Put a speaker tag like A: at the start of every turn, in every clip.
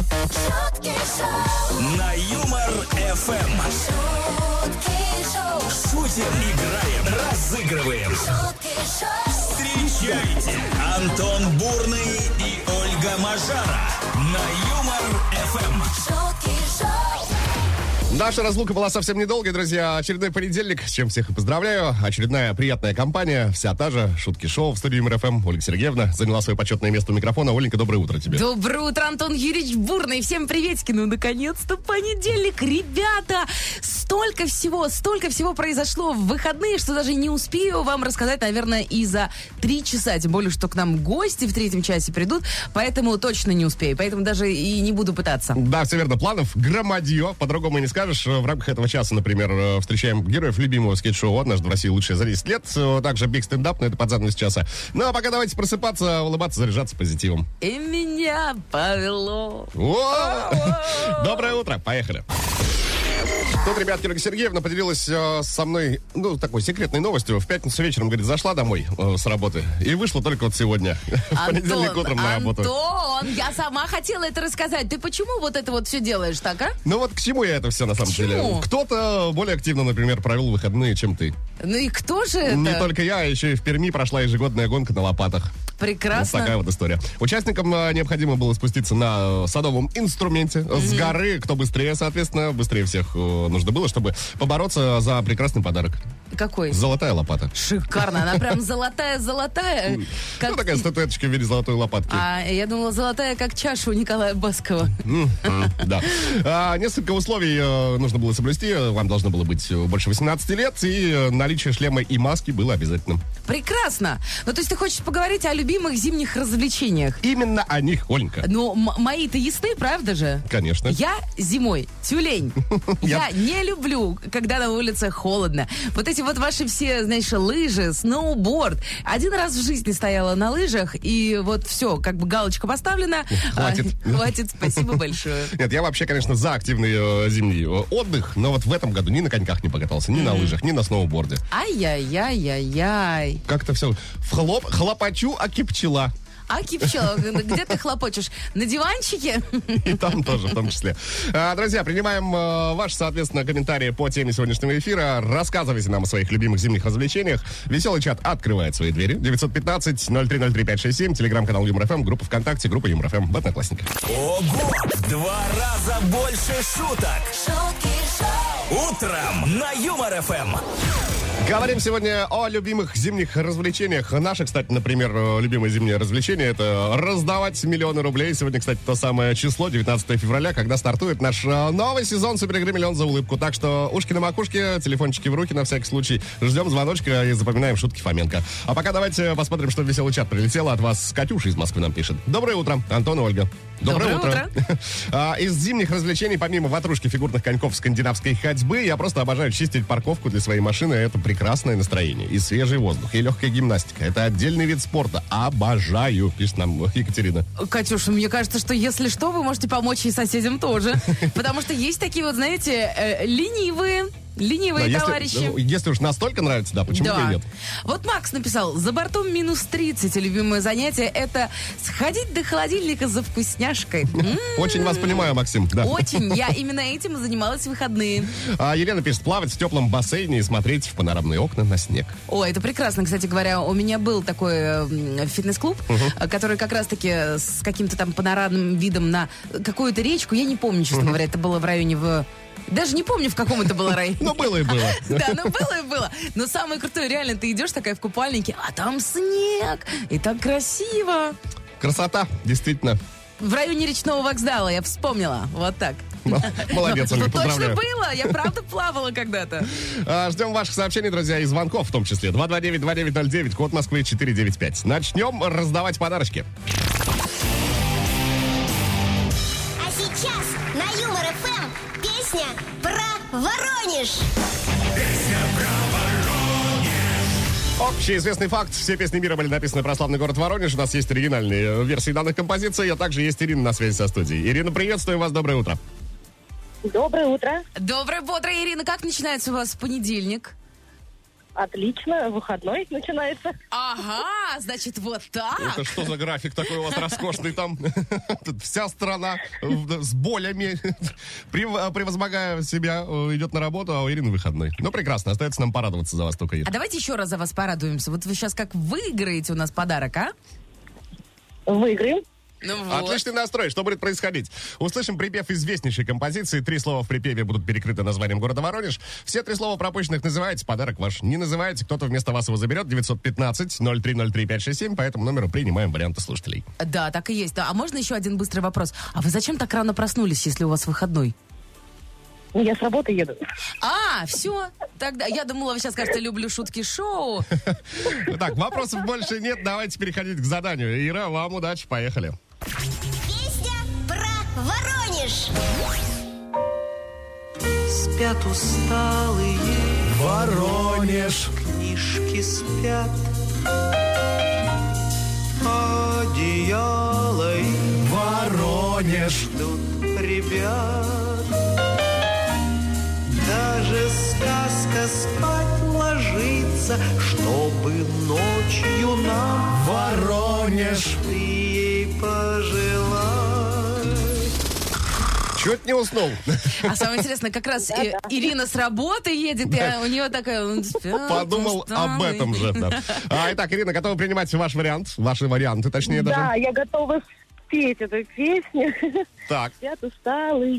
A: шутки шоу,
B: На Юмор ФМ.
A: шутки шоу,
B: Шутим, играем, разыгрываем.
A: шутки шоу,
B: Встречайте Антон Бурный и Ольга Мажара на Юмор Эм. ФМ.
A: шутки шоу,
C: Наша разлука была совсем недолгой, друзья. Очередной понедельник, с чем всех и поздравляю. Очередная приятная компания, вся та же. Шутки шоу в студии МРФМ. Ольга Сергеевна заняла свое почетное место у микрофона. Оленька, доброе утро тебе.
D: Доброе утро, Антон Юрьевич Бурный. Всем приветики. Ну, наконец-то понедельник. Ребята, столько всего, столько всего произошло в выходные, что даже не успею вам рассказать, наверное, и за три часа. Тем более, что к нам гости в третьем часе придут, поэтому точно не успею. Поэтому даже и не буду пытаться.
C: Да, все верно. Планов громадье, по-другому и не скажешь. В рамках этого часа, например, э, встречаем героев любимого скетч-шоу «Однажды в России лучшее за 10 лет». Э, Также биг стендап, но это под занавес часа. Ну, а пока давайте просыпаться, улыбаться, заряжаться позитивом.
D: И меня повело.
C: О! Доброе утро, поехали. Тут, ребят, Ольга Сергеевна поделилась э, со мной, ну, такой секретной новостью. В пятницу вечером, говорит, зашла домой э, с работы и вышла только вот сегодня. В понедельник утром на работу.
D: Антон, я сама хотела это рассказать. Ты почему вот это вот все делаешь так, а?
C: Ну вот к чему я это все на самом деле?
D: чему?
C: Кто-то более активно, например, провел выходные, чем ты.
D: Ну и кто же это?
C: Не только я, еще и в Перми прошла ежегодная гонка на лопатах. Вот
D: Прекрасно.
C: такая вот история. Участникам э, необходимо было спуститься на э, садовом инструменте с горы. Кто быстрее, соответственно, быстрее всех э, нужно было, чтобы побороться за прекрасный подарок.
D: Какой?
C: Золотая лопата.
D: Шикарно, она прям золотая-золотая. как-
C: Ну, такая статуэточка в виде золотой лопатки.
D: А, я думала, золотая, как чаша у Николая Баскова.
C: М, Да. А, Несколько условий э, нужно было соблюсти. Вам должно было быть э, больше 18 лет, и э, наличие шлема и маски было обязательным.
D: Прекрасно. Ну, то есть ты хочешь поговорить о любимых зимних развлечениях.
C: Именно о них, Оленька.
D: Ну, м- мои-то ясны, правда же?
C: Конечно.
D: Я зимой тюлень. Я не люблю, когда на улице холодно. Вот эти вот ваши все, знаешь, лыжи, сноуборд. Один раз в жизни стояла на лыжах, и вот все, как бы галочка поставлена.
C: Хватит.
D: А, хватит, спасибо большое.
C: Нет, я вообще, конечно, за активный э, зимний э, отдых, но вот в этом году ни на коньках не покатался, ни на лыжах, ни на сноуборде.
D: Ай-яй-яй-яй-яй.
C: Как-то все в хлоп, хлопачу, а кипчела.
D: А кипчела, где ты хлопочешь? На диванчике?
C: И там тоже, в том числе. А, Друзья, принимаем э, ваши, соответственно, комментарии по теме сегодняшнего эфира. Рассказывайте нам о своих любимых зимних развлечениях. Веселый чат открывает свои двери. 915-0303-567, телеграм-канал ЮморФМ, группа ВКонтакте, группа ЮморФМ в Одноклассниках.
B: Ого! В Два раза больше шуток.
A: шутки шоу,
B: Утром на Юмор Эм. ФМ.
C: Говорим сегодня о любимых зимних развлечениях. Наши, кстати, например, э, любимое зимнее развлечение – это раздавать миллионы рублей. Сегодня, кстати, то самое число, 19 февраля, когда стартует наш э, новый сезон «Суперигры миллион за улыбку». Так что ушки на макушке, телефончики в руки на всякий случай. Ждем звоночка и запоминаем шутки Фоменко. А пока давайте посмотрим, что в веселый чат прилетело от вас. Катюша из Москвы нам пишет. Доброе утро, Антон и Ольга.
D: Доброе утро.
C: А, Из зимних развлечений, помимо ватрушки фигурных коньков скандинавской ходьбы, я просто обожаю чистить парковку для своей машины. Это прекрасное настроение. И свежий воздух, и легкая гимнастика. Это отдельный вид спорта. Обожаю, пишет нам Екатерина.
D: Катюша, мне кажется, что если что, вы можете помочь и соседям тоже. Потому что есть такие вот, знаете, э, ленивые,
C: Да,
D: ленивые товарищи.
C: если, ну, если уж настолько нравится, да, почему бы
D: Да.
C: и нет?
D: Вот Макс написал, за бортом минус 30, и любимое занятие это сходить до холодильника за вкусняшкой. М,
C: Очень вас понимаю, Максим. Да.
D: Очень. Я именно этим и занималась в выходные.
C: А Елена пишет, плавать в теплом бассейне и смотреть в панорамные окна на снег.
D: О, это прекрасно, кстати говоря. У меня был такой э, м, фитнес-клуб, э, который как раз-таки с каким-то там панорамным видом на какую-то речку. Я не помню, честно говоря, это было в районе в... Даже не помню, в каком это было районе.
C: Ну, было и было.
D: Да, ну было и было. Но самое крутое, реально, ты идешь такая в купальнике, а там снег, и так красиво.
C: Красота, действительно.
D: В районе речного вокзала, я вспомнила. Вот так.
C: Мол- Молодец, Ольга,
D: Ну, Точно
C: поздравляю.
D: было, я правда плавала когда-то.
C: А, Ждем ваших сообщений, друзья, и звонков в том числе. 229-2909, код Москвы 495. Начнем раздавать подарочки.
E: А сейчас на Юмор ФМ песня про Воронеж.
C: Общеизвестный факт. Все песни мира были написаны про славный город Воронеж. У нас есть оригинальные э, версии данных композиций, а также есть Ирина на связи со студией. Ирина, приветствуем вас, доброе утро.
F: Доброе утро.
D: Доброе, бодрое, Ирина. Как начинается у вас понедельник?
F: Отлично, выходной начинается.
D: Ага, значит, вот так.
C: Это что за график такой у вас роскошный там? Тут вся страна э, в- с болями, прев- превозмогая себя, э, идет на работу, а у Ирины выходной. Ну, прекрасно, остается нам порадоваться за вас только, Ир.
D: А давайте еще раз за вас порадуемся. Вот вы сейчас как выиграете у нас подарок, а?
F: Выиграем.
D: Ну
C: Отличный настрой. Что будет происходить? Услышим припев известнейшей композиции. Три слова в припеве будут перекрыты названием города Воронеж. Все три слова пропущенных называете, подарок ваш не называете. Кто-то вместо вас его заберет. 915-0303-567. По этому номеру принимаем варианты слушателей.
D: Да, так и есть. Да, А можно еще один быстрый вопрос? А вы зачем так рано проснулись, если у вас выходной?
F: Ну, я с работы еду.
D: А, все. Тогда я думала, вы сейчас скажете, люблю шутки шоу.
C: Так, вопросов больше нет. Давайте переходить к заданию. Ира, вам удачи. Поехали.
E: Песня про Воронеж.
G: Спят усталые,
B: Воронеж,
G: книжки спят. Одеяло и
B: Воронеж,
G: ждут ребят. Даже сказка спать ложится, чтобы ночью нам
B: Воронеж.
G: ты ей пожелать.
C: Чуть не уснул.
D: А самое интересное, как раз э, Ирина с работы едет, и э, у нее такая... «Он спят,
C: Подумал об
D: усталый».
C: этом же. да. А, итак, Ирина, готова принимать ваш вариант? Ваши варианты, точнее,
F: Да,
C: даже.
F: я готова спеть эту песню.
C: Так.
F: Спят усталые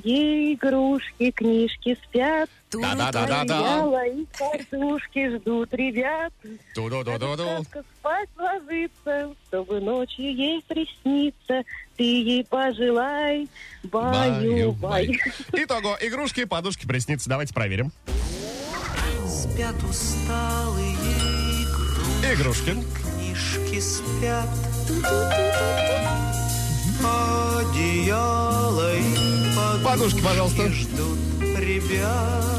F: игрушки, книжки спят.
C: Да-да-да-да-да.
F: Мало и катушки ждут ребят.
C: Ту-ду-ду-ду-ду.
F: Сказка спать ложится, чтобы ночью ей приснится. Ты ей пожелай, баю, баю.
C: Итого, игрушки, подушки, приснится. Давайте проверим.
G: Спят усталые игрушки.
C: Игрушки.
G: Книжки спят, одеяло и
C: Подушки, пожалуйста.
G: ждут ребят.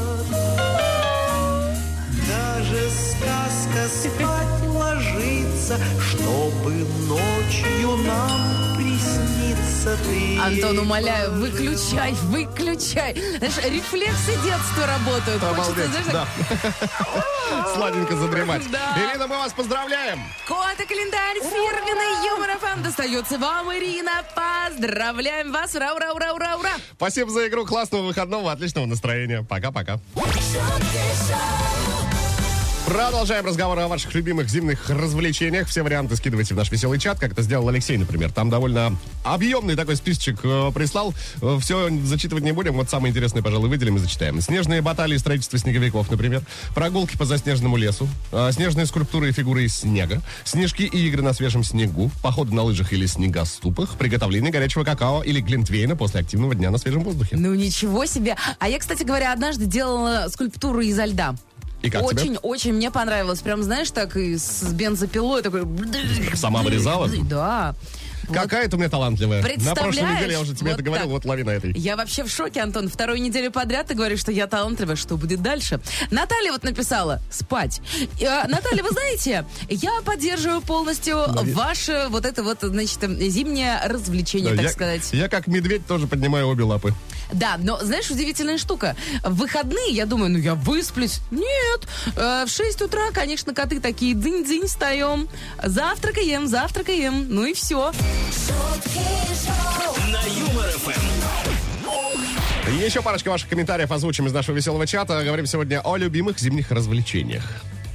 G: Даже сказка спать ложится, чтобы ночью нам приснится ты.
D: Антон, умоляю, выключай, выключай. Знаешь, рефлексы детства работают. Хочется,
C: Обалдеть,
D: знаешь,
C: да. Сладенько задремать.
D: Да.
C: Ирина, мы вас поздравляем.
D: Кота календарь фирменный Юмор ФМ достается вам, Ирина. Поздравляем вас. Ура, ура, ура, ура, ура.
C: Спасибо за игру. Классного выходного, отличного настроения. Пока-пока.
A: шутки шоу,
C: Продолжаем разговор о ваших любимых зимних развлечениях. Все варианты скидывайте в наш веселый чат, как это сделал Алексей, например. Там довольно объемный такой списочек э, прислал. все зачитывать не будем. Вот самые интересные, пожалуй, выделим и зачитаем. Снежные баталии строительства снеговиков, например. Прогулки по заснеженному лесу. э, снежные скульптуры и фигуры из снега. Снежки и игры на свежем снегу. Походы на лыжах или снегоступах. Приготовление горячего какао или глинтвейна после активного дня на свежем воздухе.
D: Ну ничего себе. А я, кстати говоря, однажды делала скульптуру изо льда.
C: И как тебе?
D: очень, очень мне понравилось. Прям, знаешь, так и с бензопилой такой...
C: Сама вырезала?
D: Да. Вот.
C: Какая ты у меня талантливая. На прошлой
D: Представляешь?
C: неделе я уже тебе
D: Вот
C: это говорил,
D: так.
C: вот лови на этой.
D: Я вообще в шоке, Антон. Вторую неделю подряд ты говоришь, что я талантливая. Что будет дальше? Наталья вот написала «спать». Э, Наталья, вы знаете, я поддерживаю полностью
C: Ну,
D: ваше вот это вот, значит, э, зимнее развлечение,
C: Да,
D: так
C: Ну, я,
D: сказать.
C: Я как медведь тоже поднимаю обе лапы.
D: Да, но знаешь, удивительная штука. В выходные я думаю, ну я высплюсь. Нет, Э, в 6 утра, конечно, коты такие дынь-дынь встаем. Завтракаем, завтракаем. Ну и все.
A: шутки шоу,
B: На Юмор ФМ.
C: Еще парочка ваших комментариев озвучим из нашего веселого чата. Говорим сегодня о любимых зимних развлечениях.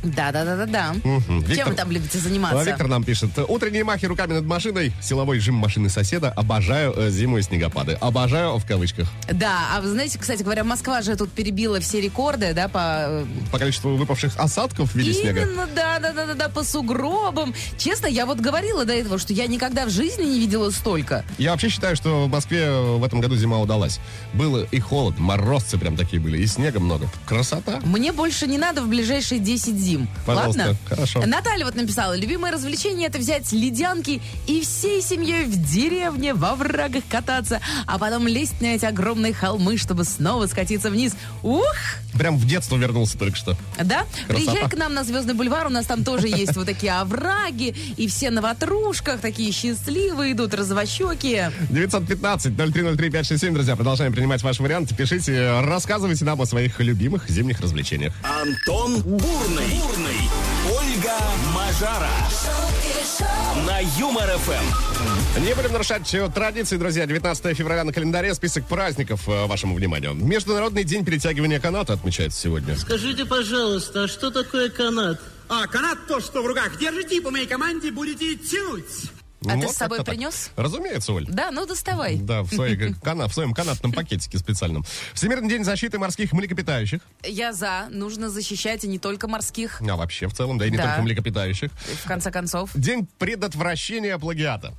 D: Да-да-да-да-да. Чем
C: Виктор-
D: вы там любите заниматься?
C: А Виктор нам пишет. Утренние махи руками над машиной, силовой жим машины соседа. Обожаю э, зиму и снегопады. Обожаю в кавычках.
D: Да, а вы знаете, кстати говоря, Москва же тут перебила все рекорды, да, по... э,
C: По количеству выпавших осадков в виде снега.
D: Именно, да, да, да, да, да, по сугробам. Честно, я вот говорила до этого, что я никогда в жизни не видела столько.
C: Я вообще считаю, что в Москве э, в этом году зима удалась. Было и холод, морозцы прям такие были, и снега много. Красота.
D: Мне больше не надо в ближайшие 10 зим.
C: Пожалуйста,
D: Ладно?
C: хорошо.
D: Наталья вот написала, любимое развлечение это взять ледянки и всей семьей в деревне во врагах кататься, а потом лезть на эти огромные холмы, чтобы снова скатиться вниз. Ух!
C: прям в детство вернулся только что.
D: Да?
C: Красота.
D: Приезжай к нам на Звездный бульвар, у нас там тоже есть вот такие овраги, и все на ватрушках, такие счастливые идут, развощеки.
C: 915-0303-567, друзья, продолжаем принимать ваши варианты. Пишите, рассказывайте нам о своих любимых зимних развлечениях.
B: Антон Бурный. Бурный. Ольга Мажара. На Юмор Эм. ФМ.
C: Не будем нарушать э, традиции, друзья. 19 февраля на календаре список праздников э, вашему вниманию. Международный день перетягивания каната отмечается сегодня.
H: Скажите, пожалуйста, а что такое канат?
I: А канат то, что в руках держите, и по моей команде будете тянуть.
D: А
C: Ну,
D: ты
C: вот
D: с собой
C: как-то так.
D: принес?
C: Разумеется, Оль.
D: Да, ну доставай.
C: Да, в, своей га- кана- в своем канатном пакетике специальном. Всемирный день защиты морских млекопитающих.
D: Я за. Нужно защищать и не только морских,
C: А вообще в целом, да и не
D: Да.
C: только млекопитающих.
D: в конце концов.
C: День предотвращения плагиата.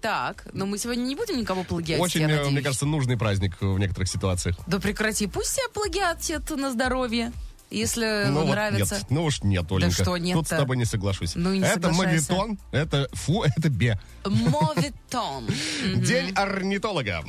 D: Так, но мы сегодня не будем никого плагиатить,
C: Очень,
D: я
C: э,
D: надеюсь.
C: мне кажется, нужный праздник э, в некоторых ситуациях.
D: Да прекрати, пусть себя плагиатят на здоровье, если
C: ну вот
D: нравится.
C: нет, ну уж нет, Оленька.
D: что нет-то?
C: Тут с тобой не соглашусь.
D: Ну и не
C: это
D: соглашайся.
C: мавитон, это фу, это бе.
D: Мовитон.
C: День орнитолога.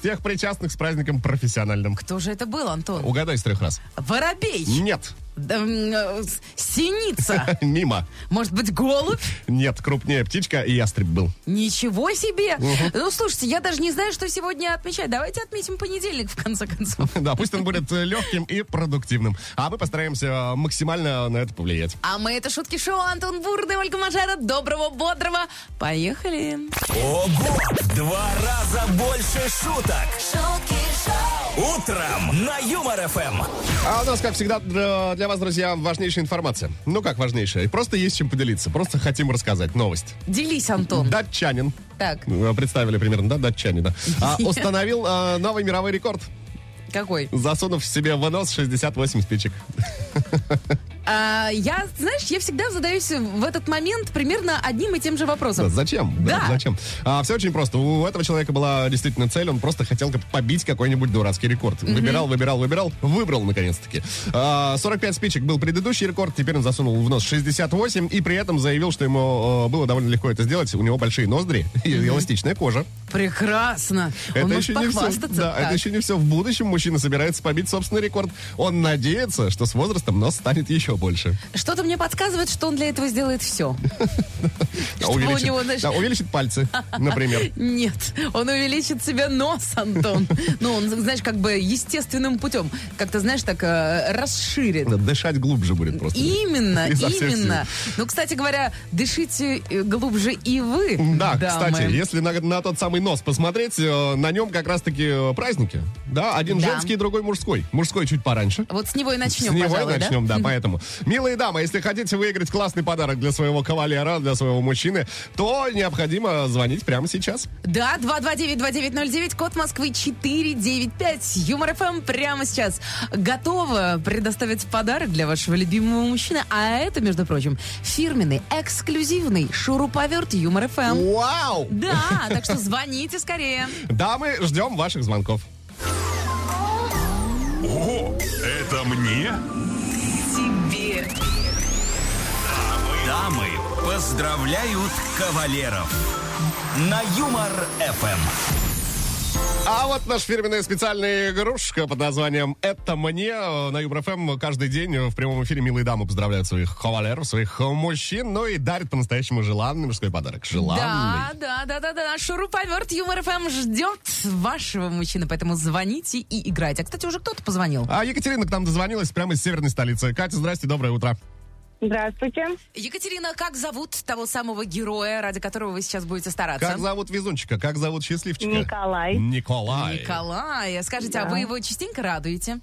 C: Всех причастных с праздником профессиональным.
D: Кто же это был, Антон?
C: Угадай с трех раз.
D: Воробей.
C: Нет.
D: Да, м, э, с- Синица.
C: Мимо.
D: Может быть, голубь?
C: Нет, крупнее птичка и ястреб был.
D: Ничего себе! Ну, слушайте, я даже не знаю, что сегодня отмечать. Давайте отметим понедельник, в конце концов.
C: Да, пусть он будет э, легким и продуктивным. А мы постараемся э, максимально на это повлиять.
D: А мы это шутки шоу Антон Бурный, Ольга Мажара. Доброго, бодрого. Поехали.
B: Ого! В Два раза больше шуток.
A: шутки шоу,
B: Утром на Юмор Эм. ФМ.
C: А у нас, как всегда, для для вас, друзья, важнейшая информация. Ну как важнейшая? Просто есть чем поделиться. Просто хотим рассказать новость.
D: Делись, Антон.
C: Датчанин.
D: Так,
C: э, Представили примерно, да, датчанин, да. А, Установил э, новый мировой рекорд,
D: какой?
C: засунув себе в нос 68 спичек.
D: А, я, знаешь, я всегда задаюсь в этот момент примерно одним и тем же
C: Да,
D: вопросом.
C: Зачем?
D: Да.
C: Зачем? все очень просто. У этого человека была действительно цель. Он просто хотел как- побить какой-нибудь дурацкий рекорд. Выбирал, выбирал, выбирал. Выбрал, наконец-таки. А, 45 спичек был предыдущий рекорд. Теперь он засунул в нос 68. И при этом заявил, что ему э, было довольно легко это сделать. У него большие ноздри и эластичная кожа.
D: Прекрасно.
C: Это
D: Он может
C: еще не все.
D: похвастаться.
C: Да, это
D: Так.
C: еще не все. В будущем мужчина собирается побить собственный рекорд. Он надеется, что с возрастом нос станет еще больше.
D: Что-то мне подсказывает, что он для этого сделает все.
C: Да,
D: Чтобы у
C: увеличит-
D: него, знаешь-
C: да, увеличит пальцы, например.
D: Нет, он увеличит себе нос, Антон. Ну, он, знаешь, как бы естественным путем. Как-то, знаешь, так э, расширит.
C: Да, Дышать глубже будет просто.
D: Именно,
C: Изо всех
D: именно. Ну, кстати говоря, дышите э, глубже и вы.
C: Да,
D: дамы.
C: кстати, если на, на тот самый нос посмотреть, э, на нем как раз-таки э, праздники. Да, один
D: Да. А
C: женский, другой мужской. Мужской чуть пораньше.
D: Вот с него и
C: С
D: начнем,
C: него и
D: пожалуй, да?
C: начнем, да? поэтому. Милые дамы, если хотите выиграть классный подарок для своего кавалера, для своего мужчины, то необходимо звонить прямо сейчас.
D: Да, 229-2909, код Москвы 495. Юмор ФМ прямо сейчас готова предоставить подарок для вашего любимого мужчины. А это, между прочим, фирменный, эксклюзивный шуруповерт Юмор ФМ.
C: Вау!
D: Да, так что звоните скорее.
C: Дамы, ждем ваших звонков.
J: Ого, это мне?
D: Тебе.
B: Дамы поздравляют кавалеров. На Юмор Эм. ФМ.
C: А вот наша фирменная специальная игрушка под названием «Это мне» на Юмор-ФМ каждый день в прямом эфире милые дамы поздравляют своих кавалеров, своих мужчин, ну и дарят по-настоящему желанный мужской подарок. Желанный.
D: Да, да, да, да, да. Шуруповерт Юмор ФМ ждет вашего мужчины, поэтому звоните и играйте. А, кстати, уже кто-то позвонил.
C: А Екатерина к нам дозвонилась прямо из северной столицы. Катя, здрасте, доброе утро.
F: Здравствуйте.
D: Екатерина, как зовут того самого героя, ради которого вы сейчас будете стараться?
C: Как зовут везунчика? Как зовут счастливчика?
F: Николай.
C: Николай.
D: Николай, скажите, а
F: Да.
D: вы его частенько радуете?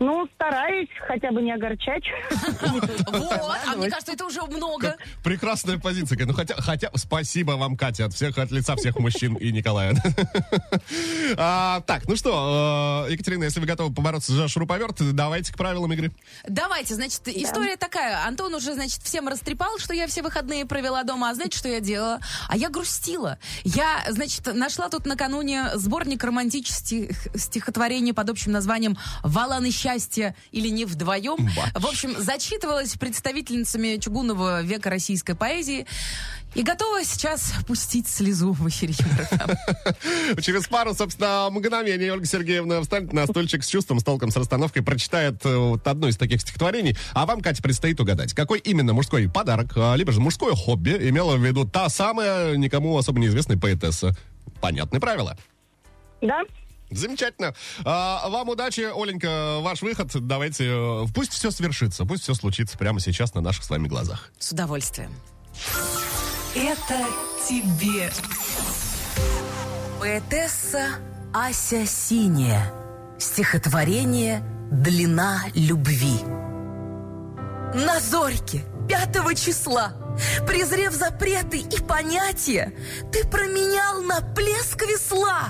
F: Ну, стараюсь хотя бы не огорчать.
D: Вот, а мне кажется, это уже много.
C: Как прекрасная позиция. Кать. Ну, хотя, хотя, спасибо вам, Катя, от всех, от лица всех мужчин и Николая. А, Так, ну что, э, Екатерина, если вы готовы побороться за шуруповерт, давайте к правилам игры.
D: Давайте, значит, история такая. Антон уже, значит, всем растрепал, что я все выходные провела дома. А знаете, что я делала? А я грустила. Я, значит, нашла тут накануне сборник романтических стихотворений под общим названием «Валан и счастья или не вдвоем. В общем, зачитывалась представительницами чугунного века российской поэзии и готова сейчас пустить слезу в эфире.
C: Через пару, собственно, мгновений Ольга Сергеевна встанет на стульчик с чувством, с толком, с расстановкой, прочитает э, вот одно из таких стихотворений. А вам, Катя, предстоит угадать, какой именно мужской подарок, а, либо же мужское хобби имела в виду та самая никому особо неизвестная поэтесса. Понятные правила.
F: Да?
C: Замечательно. А, вам удачи, Оленька, ваш выход. Давайте, э, пусть все свершится, пусть все случится прямо сейчас на наших с вами глазах.
D: С удовольствием. Это тебе. Поэтесса Ася Синяя. Стихотворение «Длина любви». На зорьке 5 числа, презрев запреты и понятия, ты променял на плеск весла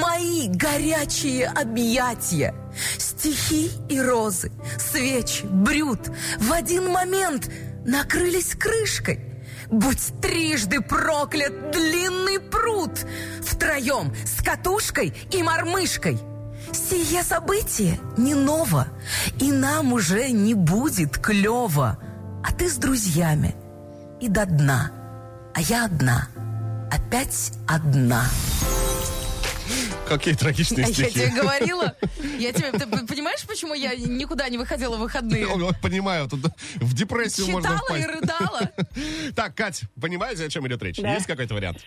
D: мои горячие объятия. Стихи и розы, свечи, брют в один момент накрылись крышкой. Будь трижды проклят длинный пруд Втроем с катушкой и мормышкой Сие событие не ново, и нам уже не будет клево. А ты с друзьями и до дна, а я одна, опять одна.
C: Какие трагичные
D: А я
C: стихи.
D: тебе говорила? Я тебе, ты понимаешь, почему я никуда не выходила в выходные?
C: Ой, Понимаю, тут в депрессию можно
D: Читала и
C: впасть.
D: рыдала.
C: Так, Кать, понимаете, о чем идет речь?
F: Да.
C: Есть какой-то вариант?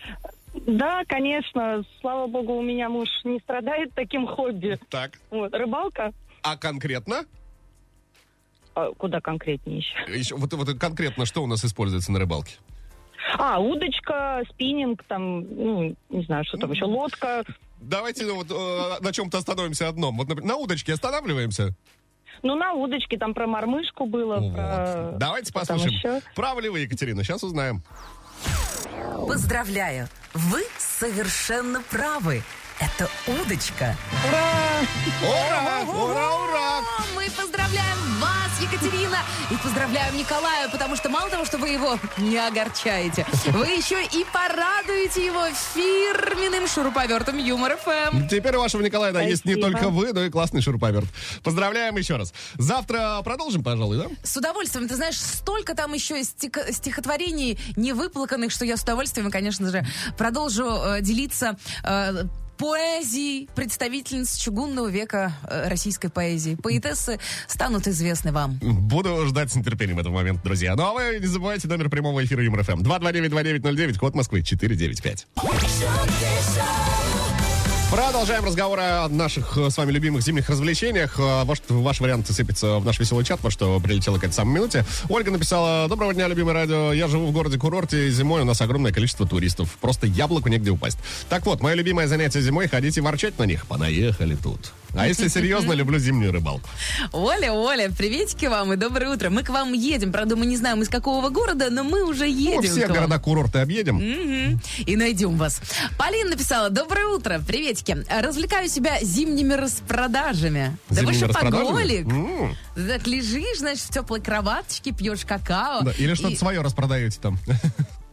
F: Да, конечно. Слава богу, у меня муж не страдает таким хобби.
C: Так.
F: Вот, рыбалка.
C: А конкретно?
F: А, куда конкретнее еще?
C: Еще, вот, вот конкретно что у нас используется на рыбалке?
F: А, удочка, спиннинг, там, ну, не знаю, что там еще, лодка.
C: Давайте ну, вот, э, на чем-то остановимся одном. Вот, например, на удочке останавливаемся.
F: Ну, на удочке там про мормышку было.
D: Э,
F: про-
C: Ну Вот. Давайте
F: что там
C: послушаем.
F: еще.
C: Правы ли вы, Екатерина? Сейчас узнаем.
D: Поздравляю, вы совершенно правы. Это удочка.
C: Ура! Ура, ура!
D: Мы поздравляем вас, Екатерина, и поздравляем Николая, потому что мало того, что вы его не огорчаете, вы еще и порадуете его фирменным шуруповертом Юмор ФМ.
C: Теперь у вашего Николая да, есть не
F: Спасибо.
C: только вы, но и классный шуруповерт. Поздравляем еще раз. Завтра продолжим, пожалуй, да?
D: С удовольствием. Ты знаешь, столько там еще стик- стихотворений невыплаканных, что я с удовольствием, конечно же, продолжу э, делиться э, поэзией представительниц чугунного века э, российской поэзии. Поэтессы станут известны вам.
C: Буду ждать с нетерпением этого момента, друзья. Ну а вы не забывайте номер прямого эфира Юмор ФМ. 229-2909, код Москвы 495.
A: шутки шоу,
C: Продолжаем разговор о наших э, с вами любимых зимних развлечениях. Э, Может, ваш вариант сыпется в наш веселый чат, во что прилетело к этой самой минуте. Ольга написала, доброго дня, любимое радио. Я живу в городе-курорте, и зимой у нас огромное количество туристов. Просто яблоку негде упасть. Так вот, мое любимое занятие зимой — ходить и ворчать на них. Понаехали тут. А если серьезно, люблю зимнюю рыбалку.
D: Оля, Оля, приветики вам и доброе утро. Мы к вам едем. Правда, мы не знаем, из какого города, но мы уже едем.
C: Ну, все
D: к вам.
C: города-курорты объедем.
D: Мгм. И найдем вас. Полина написала, доброе утро, приветики. Развлекаю себя зимними распродажами. да вы
C: Зимними
D: шопоголик.
C: распродажами? М.
D: Ты Так лежишь, значит, в теплой кроваточке, пьешь какао.
C: Да, или что-то
D: И-
C: свое распродаете там.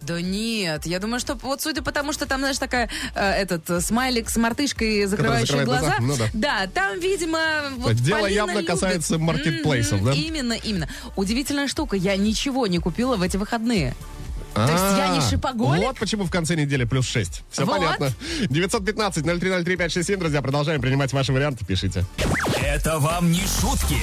D: Да нет, я думаю, что вот судя по тому, что там, знаешь, такая э, этот э, смайлик с мартышкой, закрывающий
C: закрывает
D: глаза.
C: глаза, ну да.
D: там, видимо, вот
C: Дело
D: Полина
C: явно
D: любит.
C: касается маркетплейсов, да?
D: Именно, именно. Удивительная штука, я ничего не купила в эти выходные. То есть я не
C: А,
D: шипоголик?
C: Вот почему в конце недели плюс 6. Все
D: Вот.
C: понятно. 915-0303-567, друзья, продолжаем принимать ваши варианты, пишите.
B: Это вам не шутки.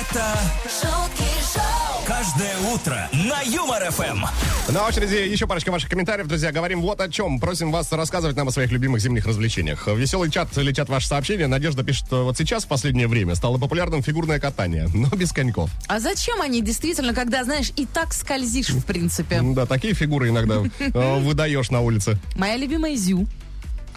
B: Это
A: шутки шоу,
B: каждое утро на Юмор Эм. ФМ.
C: На очереди еще парочка ваших комментариев, друзья. Говорим вот о чем. Просим вас рассказывать нам о своих любимых зимних развлечениях. В веселый чат летят ваши сообщения. Надежда пишет, что вот сейчас, в последнее время, стало популярным фигурное катание, но без коньков.
D: А зачем они действительно, когда, знаешь, и так скользишь, в принципе?
C: Да, такие фигуры иногда э, выдаешь на улице.
D: Моя любимая Зю.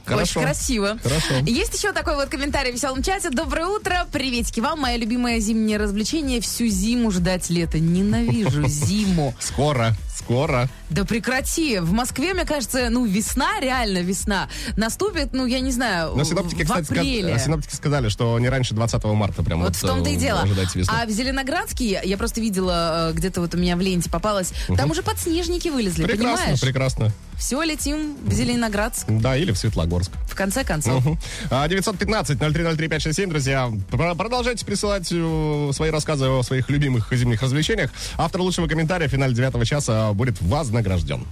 C: Хорошо.
D: Очень красиво.
C: Хорошо.
D: Есть еще такой вот комментарий в веселом чате. Доброе утро, приветики вам. Мое любимое зимнее развлечение всю зиму ждать лета. Ненавижу зиму.
C: Скоро. Скоро.
D: Да прекрати. В Москве, мне кажется, ну, весна, реально весна. Наступит, ну, я не знаю,
C: Но синоптики,
D: в
C: кстати, ска- э,
D: апреле.
C: синоптики сказали, что не раньше 20 марта прям
D: Вот в том-то и
C: э,
D: дело.
C: Ожидайте весны.
D: А в Зеленоградске, я просто видела, э, где-то вот у меня в ленте попалось, там
C: Мгм.
D: уже подснежники вылезли,
C: прекрасно,
D: понимаешь?
C: прекрасно.
D: Все, летим в Зеленоградск,
C: Да, или в Светлогорск.
D: в конце концов.
C: Мгм. А, 915-0303-567, друзья. Пр- Продолжайте присылать э, свои рассказы о своих любимых зимних развлечениях. Автор лучшего комментария в финале девятого часа будет вознагражден.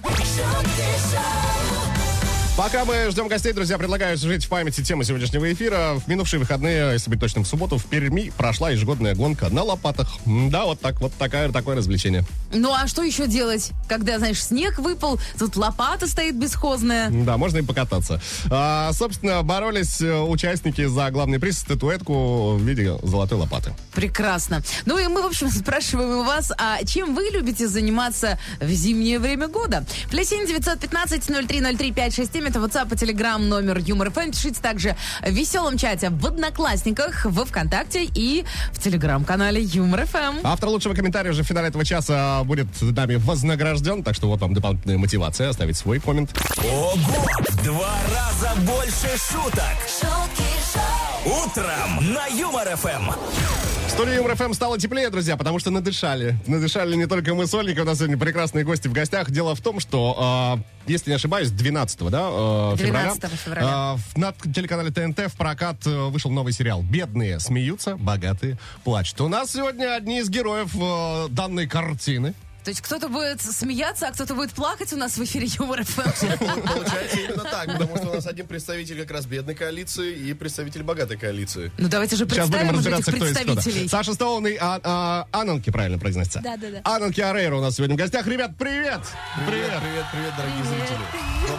C: Пока мы ждем гостей, друзья, предлагаю жить в памяти темы сегодняшнего эфира. В минувшие выходные, если быть точным, в субботу в Перми прошла ежегодная гонка на лопатах. М, Да, вот так, вот такая, такое развлечение.
D: Ну, а что еще делать, когда, знаешь, снег выпал, тут лопата стоит бесхозная?
C: Да, можно и покататься. А, собственно, боролись э, участники за главный приз статуэтку в виде золотой лопаты.
D: Прекрасно. Ну и мы, в общем, спрашиваем у вас, а чем вы любите заниматься в зимнее время года? Плюс семь девятьсот пятнадцать ноль три ноль три пять шесть семь. Это WhatsApp и Telegram номер Юмор ФМ. Пишите также в веселом чате в Одноклассниках, во Вконтакте и в Телеграм-канале Юмор ФМ.
C: Автор лучшего комментария уже в финале этого часа будет нами вознагражден, так что вот вам дополнительная мотивация оставить свой коммент.
B: Ого! В два раза больше шуток!
A: шутки шоу,
B: Утром на Юмор Эм. ФМ!
C: В студии Юмор ФМ стало теплее, друзья, потому что надышали. Надышали не только мы с Ольгой, у нас сегодня прекрасные гости в гостях. Дело в том, что, э, если не ошибаюсь, 12 да, э, февраля,
D: 12 февраля.
C: э, в- на телеканале ТНТ в прокат э, вышел новый сериал «Бедные смеются, богатые плачут». У нас сегодня одни из героев э, данной картины.
D: То есть кто-то будет смеяться, а кто-то будет плакать у нас в эфире Юмор ФМ.
K: Получается именно так, потому что у нас один представитель как раз бедной коалиции и представитель богатой коалиции.
D: Ну давайте же
C: Сейчас будем
D: представим уже этих
C: разбираться, кто из кто.
D: представителей.
C: Саша Стоун и а, а, Ананки, правильно произносится?
D: Да, да, да.
C: Ананки Арейра у нас сегодня в гостях. Ребят, привет!
K: Привет, привет, привет, дорогие зрители.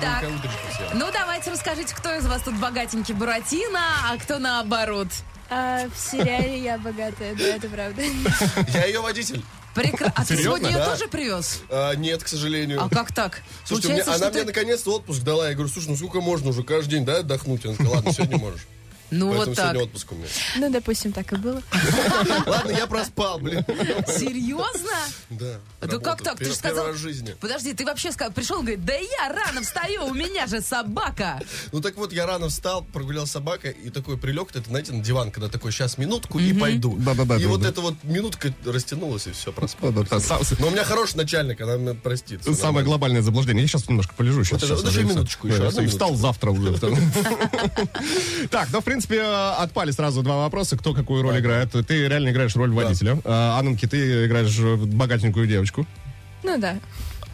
D: Так.
K: Добренькое утречко всем.
D: Ну давайте расскажите, кто из вас тут богатенький Буратино, а кто наоборот.
L: А, в сериале я богатая, да, это правда.
K: Я ее водитель.
D: Прекрасно. А ты
K: Серьезно?
D: сегодня ее
K: Да.
D: тоже привез?
K: А, нет, к сожалению.
D: А как так?
K: Слушайте, мне-
D: Получается,
K: она
D: что
K: мне
D: ты-
K: наконец-то отпуск дала. Я говорю, слушай, ну сколько можно уже каждый день, да, отдохнуть? Она сказала, ладно, сегодня можешь.
D: Ну
K: Поэтому
D: вот так.
K: сегодня отпуск у меня.
L: Ну, допустим, так и было.
K: Ладно, я проспал, блин.
D: Серьезно?
K: Да.
D: Да как
K: работа.
D: так? Ты
K: Пер-
D: же сказал...
K: Первый раз в жизни.
D: Подожди, ты вообще сказал, пришел и говорит, да я рано встаю, у меня же собака.
K: Ну так вот, я рано встал, прогулял собака и такой прилег, это, знаете, на диван, когда такой, сейчас минутку и пойду.
C: Да-да-да,
K: И
C: да,
K: вот
C: да.
K: эта вот минутка растянулась и все, проспал.
C: Да-да-да, сам-
K: Но у меня хороший начальник, она меня простит. всё
C: Ну, Самое
K: нормально.
C: глобальное заблуждение. Я сейчас немножко полежу. Сейчас,
K: это-
C: сейчас
K: ну, еще
C: разойдусь.
K: минуточку,
C: Да,
K: еще
C: я
K: одну
C: и встал завтра уже. Так, ну, в принципе, э, отпали сразу два вопроса. Кто какую роль играет? Ты реально играешь роль водителя. А, Анненки, ты играешь э, богатенькую девочку.
L: Ну да.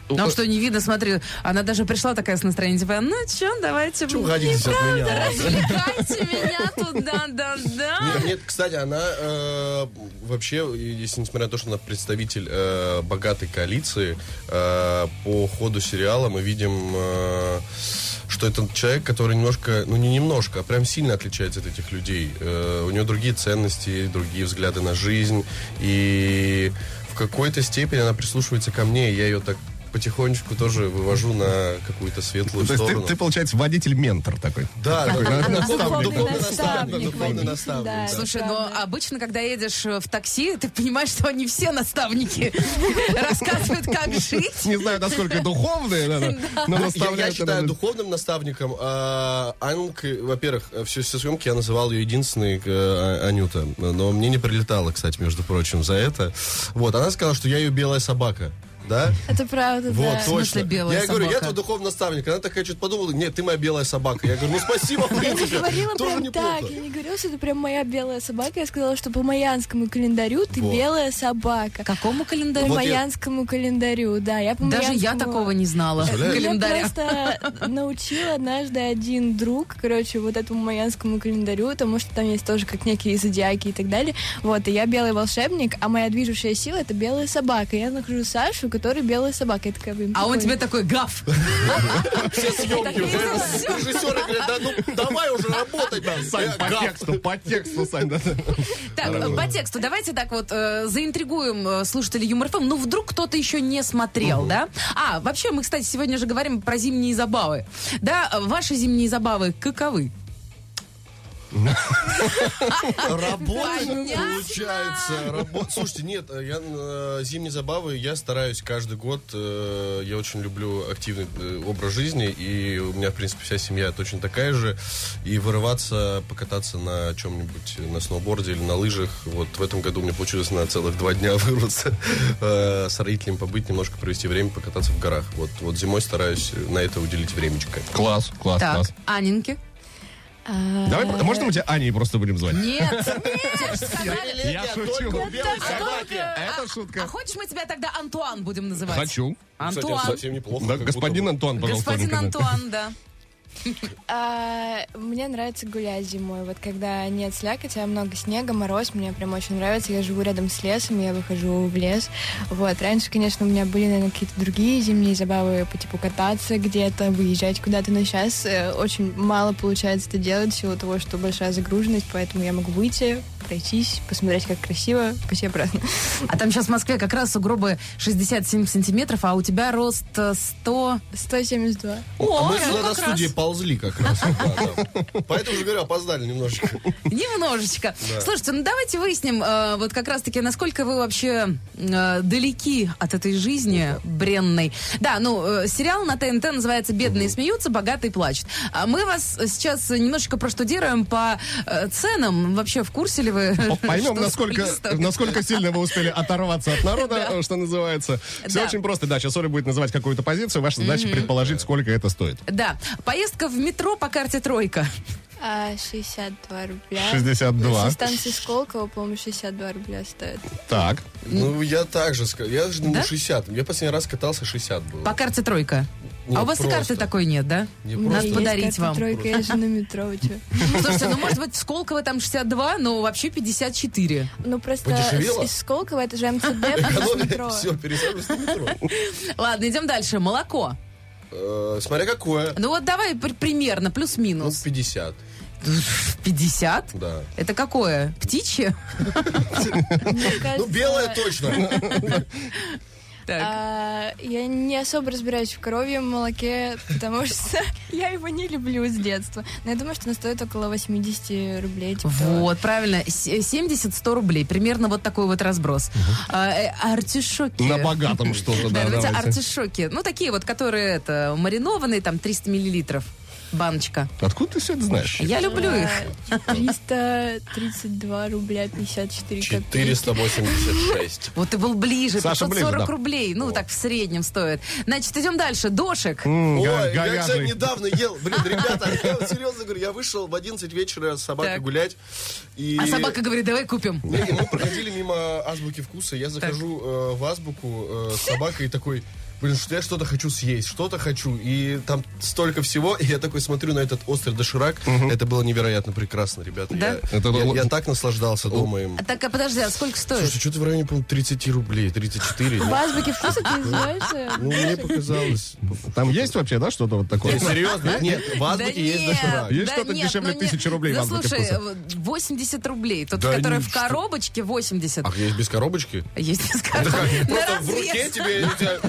D: Нам что, не видно, смотри, она даже пришла такая с настроением, типа, ну чё, давайте...
K: Чего
D: И
K: уходите от
D: правда,
K: меня?
D: Развлекайте меня тут, да-да-да.
K: Нет, нет, кстати, она э, вообще, если несмотря на то, что она представитель э, богатой коалиции, э, по ходу сериала мы видим, э, что это человек, который немножко, ну не немножко, а прям сильно отличается от этих людей. Э, у него другие ценности, другие взгляды на жизнь, и в какой-то степени она прислушивается ко мне, и я ее так потихонечку тоже вывожу на какую-то светлую
C: То есть ты,
K: сторону.
C: ты, получается, водитель-ментор такой. Ну,
K: Да,
C: Такой,
K: да,
C: да,
D: А
K: духовный
C: наставник.
K: духовный наставник,
L: наставник,
K: духовный наставник.
L: да.
K: да.
D: Слушай, но
L: Правда.
D: обычно, когда едешь э, в такси, ты понимаешь, что они все наставники рассказывают, как жить.
C: Не знаю, насколько духовные, да, да, но
K: Ну,
C: наставляют
K: я, я считаю
C: иногда.
K: духовным наставником а, Анг, во-первых, все, все съемки я называл ее единственной э, Анюта, но мне не прилетало, кстати, между прочим, за это. Вот, она сказала, что я ее белая собака. Да?
L: Это правда,
K: Вот,
L: да.
K: точно.
D: белая
K: я ей говорю, я
D: собака?
K: твой духовный наставник. Она такая что-то подумала, нет, ты моя белая собака. Я говорю, ну спасибо, в
L: Я не
K: принципе,
L: говорила
K: тоже
L: прям
K: неплохо.
L: так, я не говорила, что это прям моя белая собака. Я сказала, что по маянскому календарю ты
K: Вот.
L: белая собака.
D: Какому
L: По
D: календарю?
K: Вот я-
L: маянскому календарю, да. Я по
D: Даже Ну, я
L: маянскому-
D: такого не знала.
K: Представляешь?
D: Календаря.
L: Я просто научила однажды один друг, короче, вот этому майянскому календарю, потому что там есть тоже как некие зодиаки и так далее. Вот, и я белый волшебник, а моя движущая сила — это белая собака. Я нахожу Сашу, который белая собака. Я такая, блин,
D: А он
L: прикольно.
D: тебе такой гав.
K: Все съемки.
D: Так и
K: уже.
D: всё.
K: Режиссеры говорят, да ну давай уже работать.
C: Да, Сань,
K: Я
C: по
K: Э, гав.
C: тексту, по тексту, Сань, да, да.
D: Так, э, по тексту давайте так вот э, заинтригуем э, слушателей Юмор ФМ. Ну, вдруг кто-то еще не смотрел, да? А, вообще, мы, кстати, сегодня же говорим про зимние забавы. Да, э, ваши зимние забавы каковы?
K: Работа
D: Понятно.
K: получается. Работа. Слушайте, нет, я э, зимние забавы я стараюсь каждый год. э, Я очень люблю активный э, образ жизни, и у меня в принципе вся семья точно такая же. И вырываться, покататься на чем-нибудь, э, на сноуборде или на лыжах. Вот в этом году мне получилось на целых два дня вырваться э, с родителями побыть, немножко провести время, покататься в горах. Вот, вот зимой стараюсь на это уделить времечко.
C: Класс, класс,
D: Так, э, Анинки.
C: Давай, можно мы тебя Аней просто будем звать?
D: Нет, нет, сказали.
C: Я шучу.
D: Да только-
C: Это
D: А
C: шутка.
D: хочешь, мы тебя тогда Антуан будем называть?
C: Хочу.
D: Антуан.
K: совсем неплохо.
C: Да,
K: как
C: господин Антуан, пожалуйста.
D: Господин
C: Анинка.
D: Антуан, да.
L: А, Мне нравится гулять зимой. Вот когда нет слякоти, а много снега, мороз, мне прям очень нравится. Я живу рядом с лесом, я выхожу в лес. Вот. Раньше, конечно, у меня были, наверное, какие-то другие зимние забавы, по типу кататься где-то, выезжать куда-то. Но сейчас очень мало получается это делать в силу того, что большая загруженность, поэтому я могу выйти, пройтись, посмотреть, как красиво, пойти обратно.
D: А там сейчас в Москве как раз сугробы 67 сантиметров, а у тебя рост э, 100...
L: 172.
D: О,
K: А
D: ну
K: мы сюда до
D: как раз.
K: студии ползли как раз. Да, да. Поэтому же говорю, опоздали немножечко.
D: Немножечко.
K: Да.
D: Слушайте, ну давайте выясним, э, вот как раз-таки, насколько вы вообще э, далеки от этой жизни бренной. Да, ну, э, сериал на ТНТ называется «Бедные смеются, богатые плачут». А мы вас сейчас немножечко проштудируем по э, ценам. Вообще, в курсе ли вы?
C: Поймем,
D: что
C: насколько,
D: сколько стоит?
C: насколько сильно вы успели оторваться от народа, что называется. Все
D: Да.
C: очень просто. Да, сейчас Оля будет называть какую-то позицию. Ваша задача предположить, сколько это стоит.
D: Да, поездка в метро по карте «Тройка».
L: А, 62 рубля.
C: 62.
L: Со станции Сколково, по-моему, 62 рубля стоит.
C: Так.
K: Ну, я так же сказал. Я же думал
D: Да?
K: 60. Я последний раз катался 60 было.
D: По карте «Тройка».
K: Не,
D: а у вас и
K: просто.
D: карты такой нет, да?
K: Не,
L: У меня
D: Надо
L: есть
D: подарить
L: карта
D: вам.
L: Тройка, я же на метро, вы чё?
D: Слушайте, ну может быть в Сколково там 62, но вообще 54.
L: Ну просто
K: Подешевело?
L: с- из Сколково это же МЦД плюс метро.
K: Все, пересаживаюсь на метро.
D: Ладно, идем дальше. Молоко.
K: Э, Смотря какое.
D: Ну вот давай при- примерно,
K: Ну,
D: плюс-минус.
K: 50,
D: 50?
K: да.
D: Это какое? Птичье?
L: Мне
K: Ну,
L: кажется,
K: белое точно.
D: Так.
L: а, Я не особо разбираюсь в коровьем молоке, потому что я его не люблю с детства. Но я думаю, что оно стоит около 80 рублей. типа того.
D: Вот, правильно. 70-100 рублей. Примерно вот такой вот разброс. А, э, Артишоки.
C: На богатом что-то,
D: Э. Да,
C: да,
D: давайте
C: давайте.
D: артишоки. Ну, такие вот, которые это маринованные, там 300 миллилитров. Баночка.
C: Откуда ты все это знаешь?
D: Я люблю их.
L: А, 332 рубля 54 копейки.
K: 486.
D: Вот ты был ближе,
C: Саша
D: 540
C: ближе, да.
D: рублей. Ну, так в среднем стоит. Значит, идем дальше. Дошек.
C: М,
K: Ой,
C: га-
K: я, кстати,
C: говяжий.
K: недавно ел. Блин, ребята, я вот серьезно говорю, я вышел в 11 вечера с собакой
D: Так.
K: гулять. и-
D: А собака говорит, давай купим.
K: Не, мы проходили мимо азбуки вкуса. Я захожу э, в азбуку э, с собакой и такой. Блин, что я что-то хочу съесть, что-то хочу. И там столько всего. И я такой смотрю на этот острый доширак. Это было невероятно прекрасно, ребята.
D: Да?
K: Я,
C: Это
K: я-
C: было-
K: я так наслаждался дома им.
D: А Так, а подожди, а сколько стоит?
K: Слушай, что-то в районе, по-моему, 30 рублей, 34.
L: В азбуке вкуса
C: А,
L: ты э? называешься?
K: Ну, мне показалось.
C: Там есть вообще, да, что-то вот такое?
K: Нет, серьезно? Нет, в азбуке есть доширак.
C: Есть что-то
D: нет,
C: дешевле
D: ну не-
C: 1000 рублей в
D: Да
C: «Азбуке
D: слушай,
C: вкуса».
D: вот 80 рублей. Тот,
K: Да
D: который
K: не,
D: в
K: что-
D: коробочке, 80.
K: Ах, А есть без коробочки?
D: Есть из
K: Да
D: коробки.
K: как,
D: На
K: просто в руке
D: развес.
K: тебе у тебя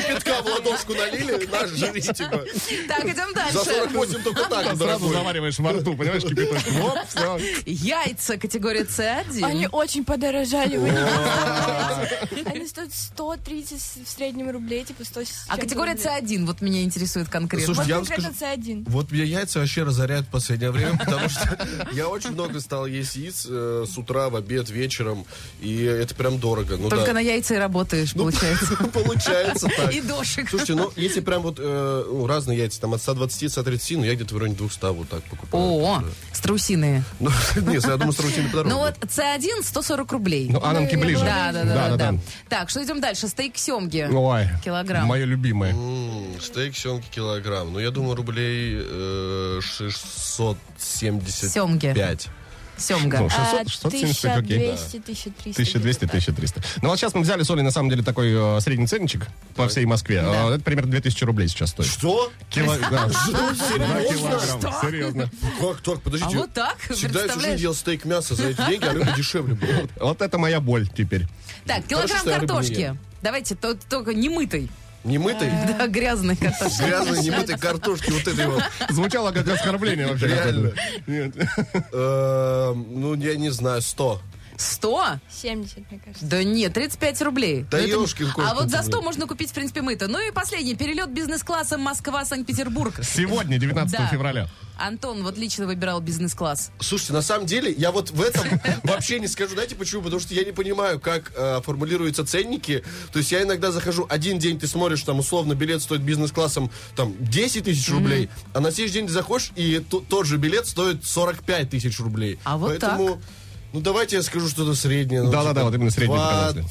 K: кипятка в ладошку налили, на, жри, типа.
D: Так, идем
K: За
D: дальше.
K: 48 только так,
C: Сразу
K: дорогой.
C: завариваешь во рту, понимаешь, кипяточку. Оп, все.
D: Яйца категория С1.
L: Они очень подорожали. вы не представляете. Они стоят 130 с- в среднем рублей, типа 100 с
D: А
L: чем-то
D: категория
L: рублей.
D: С1 вот меня интересует конкретно.
K: Слушай,
L: Вот
K: я вам
L: конкретно
K: скажу-
L: С1.
K: Вот меня яйца вообще разоряют в последнее время, потому что я очень много стал есть яиц э, с утра, в обед, вечером, и это прям дорого. Ну
D: Только
K: да.
D: на яйца и работаешь, получается.
K: Получается так.
D: И дошик.
K: Слушайте, ну, если прям вот э, ну, разные яйца, там от 120, 130, ну, я где-то в районе 200 вот так покупаю.
D: О, струсиные.
K: Ну, нет, я думаю, с рутиной подороже.
D: Ну вот С1 140 рублей.
C: Ну, Ананки ближе.
D: Да, да, да, да, да. Так, что идем дальше? Стейк семги.
C: Ой,
D: Килограмм.
C: мое любимое.
K: М, Стейк семки килограмм. Ну, я думаю, рублей э, 675.
D: Семги. Семга.
C: Ну, 600,
D: А,
C: 675, окей.
L: 1200, 1300.
C: 1200-1300. Ну вот сейчас мы взяли с Олей, на самом деле, такой э, средний ценничек по всей Москве. Э, Это примерно 2000 рублей сейчас стоит.
K: Что?
C: Кило- да. Да, килограмм. Серьезно.
K: Как так?
D: А
K: Подождите.
D: вот так,
K: Всегда я всю жизнь
D: представляешь?
K: ел стейк мясо за эти деньги, а рыба дешевле была.
C: Вот это моя боль теперь.
D: Так, килограмм
K: что я рыбу не
D: картошки.
K: ем.
D: Давайте, то- только не мытой.
K: Немытой?
D: Да, грязной картошки.
K: Грязной, немытой картошки, вот этой вот.
C: Звучало как оскорбление вообще.
K: Реально. Э, Ну, я не знаю, 100.
D: 100?
L: 70, мне кажется.
D: Да нет, 35 рублей.
K: Да
D: Ну, это-
K: ёшкин кошкин
D: А вот за
K: ты,
D: 100
K: блин.
D: можно купить, в принципе, мы-то. Ну и последний. Перелет бизнес-класса Москва-Санкт-Петербург.
C: Сегодня, 19
D: Да.
C: февраля.
D: Антон вот лично выбирал бизнес-класс.
K: Слушайте, на самом деле, я вот в этом вообще не скажу, знаете почему? Потому что я не понимаю, как э, формулируются ценники. То есть я иногда захожу, один день ты смотришь, там, условно, билет стоит бизнес-классом, там, 10 тысяч рублей, а на следующий день ты заходишь, и ту- тот же билет стоит 45 тысяч рублей.
D: А вот
K: Поэтому, ну, давайте я скажу что-то среднее. ну,
C: Да-да-да,
K: типа,
C: вот именно среднее показатель.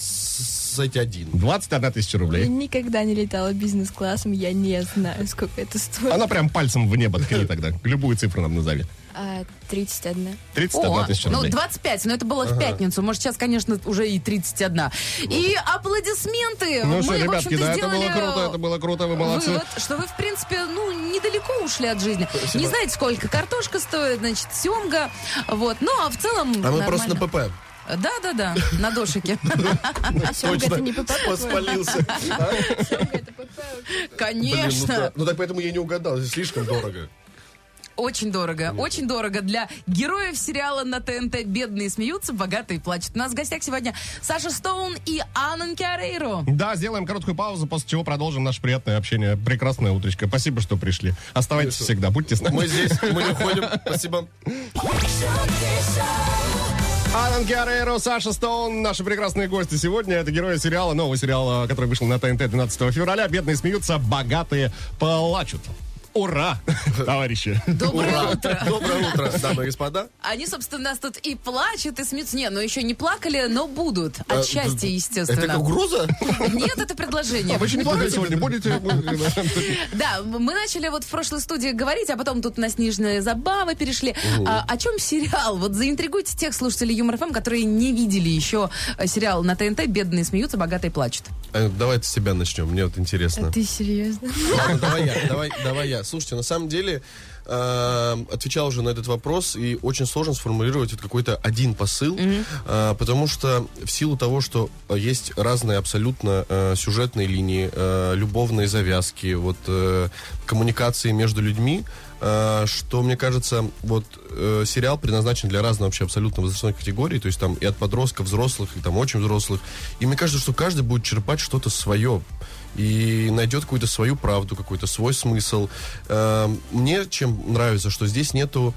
K: 21.
C: 21 тысяча
L: Я
C: рублей.
L: никогда не летала бизнес-классом, я не знаю, сколько это стоит.
C: Она прям пальцем в небо ткни тогда. Любую цифру нам назови.
L: А, 31.
C: 31
D: О,
C: тысяча
D: ну
C: рублей.
D: 25, но это было в
C: Ага.
D: пятницу. Может, сейчас, конечно, уже и 31. И аплодисменты.
C: Ну
D: Мы,
C: что,
D: в
C: ребятки,
D: общем-то,
C: да, это было
D: сделали,
C: круто, это было круто, вы молодцы.
D: Вывод, что вы, в принципе, ну, недалеко ушли от жизни.
K: Спасибо.
D: Не знаете, сколько картошка стоит, значит, семга. Вот. Ну, а в целом.
K: А мы просто ну на ПП.
D: Да, да, да, на дошике.
L: А Семга это не ПП такое?
K: Воспалился. А? Блин, ну
D: Конечно.
K: да. Ну так поэтому я и не угадал, слишком дорого.
D: Очень дорого, очень дорого для героев сериала на ТНТ «Бедные смеются, богатые плачут». У нас в гостях сегодня Саша Стоун и Анна Киарейро.
C: Да, сделаем короткую паузу, после чего продолжим наше приятное общение. Прекрасное утречко. Спасибо, что пришли. Оставайтесь
K: Хорошо.
C: всегда, будьте с нами.
K: Мы здесь, мы не уходим. Спасибо.
C: Алан Герреро, Саша Стоун, наши прекрасные гости сегодня. Это герои сериала, нового сериала, который вышел на ТНТ 12 февраля. Бедные смеются, богатые плачут. Ура, товарищи!
D: Доброе утро.
K: Доброе утро, дамы и господа.
D: Они, собственно, нас тут и плачут, и смеются. Не, ну еще не плакали, но будут. От
K: Э,
D: счастья, естественно.
K: Это угроза?
D: Нет, это
C: А
D: предложение.
C: вы еще не плакали сегодня? Будете?
D: Да, мы начали вот в прошлой студии говорить, а потом тут на снежные забавы перешли. А, о чем сериал? Вот заинтригуйте тех слушателей Юмор ФМ, которые не видели еще э, сериал на ТНТ «Бедные смеются, богатые плачут».
K: Э, Давайте с себя начнем, мне вот интересно.
L: А ты серьезно?
K: Ладно, давай я, давай, давай я. Слушайте, на самом деле э, отвечал уже на этот вопрос, и очень сложно сформулировать вот какой-то один посыл, э, потому что в силу того, что есть разные абсолютно э, сюжетные линии, э, любовные завязки, вот э, коммуникации между людьми, э, что, мне кажется, вот э, сериал предназначен для разных вообще абсолютно возрастной категории, то есть там и от подростков, взрослых, и там очень взрослых. И мне кажется, что каждый будет черпать что-то свое и найдет какую-то свою правду, какой-то свой смысл. Э, Мне чем нравится, что здесь нету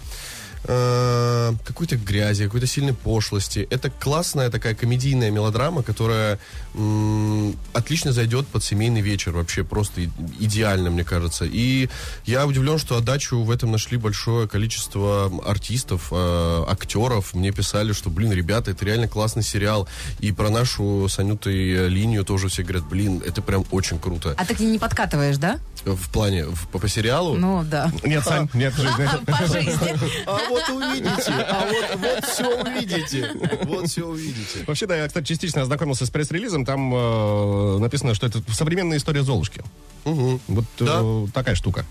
K: э, какой-то грязи, какой-то сильной пошлости. Это классная такая комедийная мелодрама, которая м, отлично зайдет под семейный вечер вообще просто и- идеально, мне кажется. И я удивлен, что отдачу в этом нашли большое количество артистов, э, актеров. Мне писали, что, блин, ребята, это реально классный сериал. И про нашу с Анютой э, линию тоже все говорят, блин, это прям очень круто.
D: А ты к ней не подкатываешь, да?
K: В плане, в- по, по сериалу.
D: Ну, да.
C: Нет, Сань, нет жизни.
D: По жизни.
K: А вот увидите, а вот, вот все увидите, вот все увидите.
C: Вообще, да, я, кстати, частично ознакомился с пресс-релизом. Там э, написано, что это современная история Золушки. Вот э,
K: Да.
C: такая штука.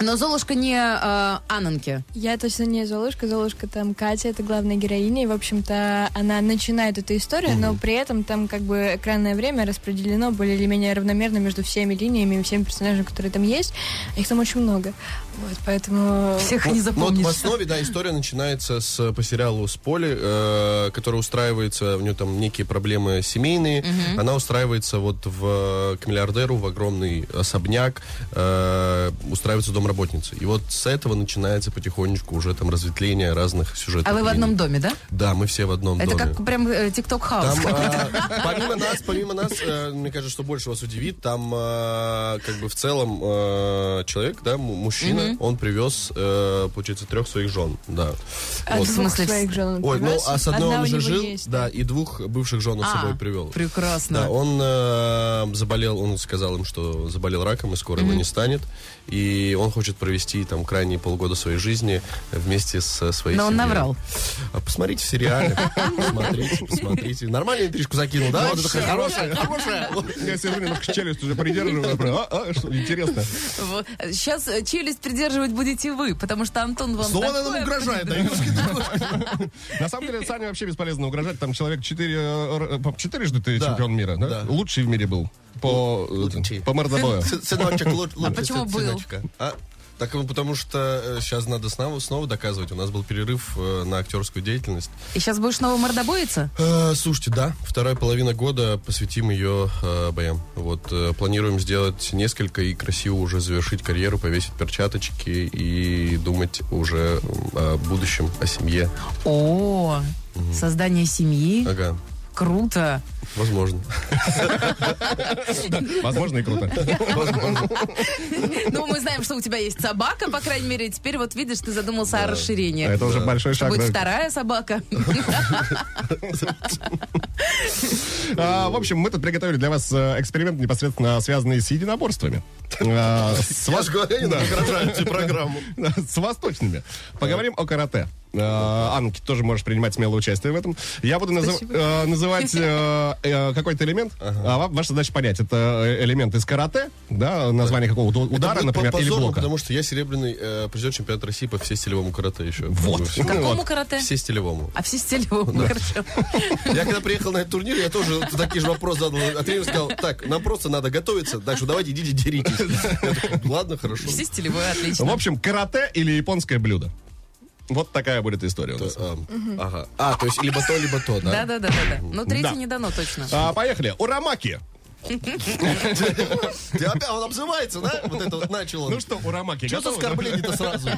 D: Но Золушка не э, Ананки.
L: Я точно не Золушка. Золушка там Катя, это главная героиня. И, в общем-то, она начинает эту историю, но при этом там как бы экранное время распределено более или менее равномерно между всеми линиями и всеми персонажами, которые там есть. А их там очень много. Вот, поэтому...
D: Всех не
K: Ну, вот
D: запомнишь.
K: в основе, да, история начинается с, э, по сериалу с Поли, э, которая устраивается, у нее там некие проблемы семейные. Она устраивается вот в, к миллиардеру в огромный особняк, э, устраивается домработницей. И вот с этого начинается потихонечку уже там разветвление разных сюжетов.
D: А вы в одном доме, да?
K: Да, мы все в одном
D: Это
K: доме.
D: как прям э, тикток-хаус.
K: Там, а, помимо нас, помимо нас, э, мне кажется, что больше вас удивит, там э, как бы в целом э, человек, да, м- мужчина, он привез, э, получается, трех своих жен, да.
L: От
K: Вот.
L: А двух
D: смысле,
L: своих жен он
K: Ой, ну
L: привез.
K: а с одной
L: Одна
K: он
L: у
K: уже
L: него
K: жил,
L: есть.
K: да, и двух бывших жен он с
D: А,
K: собой привел.
D: прекрасно.
K: Да, он э, заболел, он сказал им, что заболел раком и скоро его не станет, и он хочет провести там крайние полгода своей жизни вместе с своей
D: Но он
K: семьей.
D: наврал.
K: А Посмотрите в сериале. Посмотрите, посмотрите. Нормально интрижку закинул, да? Вот это хорошая, хорошая.
C: Я все время немножко челюсть уже придерживаю. прям, а, а, что, Интересно.
D: Сейчас э, челюсть придерживать будете вы, потому что Антон вам
C: Слово
D: такое
C: нам угрожает, а да, На самом деле, Сане вообще бесполезно угрожать. Там человек четыре, э, р- по- четырежды ты чемпион мира, да? Лучший в мире был. По, э, по мордобою.
K: Сы- Сыночек, лу- лучше
D: почему
K: сы-
D: был?
K: сыночка. А, Так э, потому что сейчас надо снова, снова доказывать. У нас был перерыв э, на актерскую деятельность.
D: И сейчас будешь снова мордобоиться?
K: Э, Слушайте, да, вторая половина года посвятим ее э, боям. Вот э, планируем сделать несколько и красиво уже завершить карьеру, повесить перчаточки и думать уже м, о будущем, о семье.
D: О, создание семьи.
K: Ага,
D: Круто.
K: возможно.
C: Возможно и круто.
D: Ну, мы знаем, что у тебя есть собака, по крайней мере. Теперь вот видишь, ты задумался о расширении.
C: Это уже большой
D: Что
C: шаг.
D: Будет
C: да.
D: вторая собака.
C: А, В общем, мы тут приготовили для вас э, эксперимент, непосредственно связанный с единоборствами. А, С
K: Я же говорю, не
C: Да.
K: награждаю тебе программу.
C: С восточными. Поговорим о карате. А, Анна, ты тоже можешь принимать смелое участие в этом. Я буду назыв- э, называть э, э, какой-то элемент, а вам- ваша задача понять, это э, элемент из карате, да, название какого-то удара,
K: Это будет по
C: например, или
K: позору,
C: блока.
K: потому что я серебряный э, призер чемпионата России по всестилевому карате еще.
C: Вот.
D: Какому карате?
K: Всестилевому.
D: А все стилевому. Хорошо.
K: Я когда приехал на этот турнир, я тоже вот такие же вопросы задал. А тренер сказал, так, нам просто надо готовиться, так что давайте идите деритесь. Я такой, Ладно, хорошо.
D: Все стилевые,
C: В
D: отлично.
C: общем, карате или японское блюдо. Вот такая будет история у нас.
K: Эм, Ага. А, то есть либо то, либо то, да?
D: Да-да-да. да.
C: Да.
D: Ну, третье не дано точно.
C: А, Поехали. Урамаки.
K: Ты опять он обзывается, да? Вот это вот начал он.
C: Ну что, урамаки
K: Что за
C: готовы?
K: оскорбление-то сразу?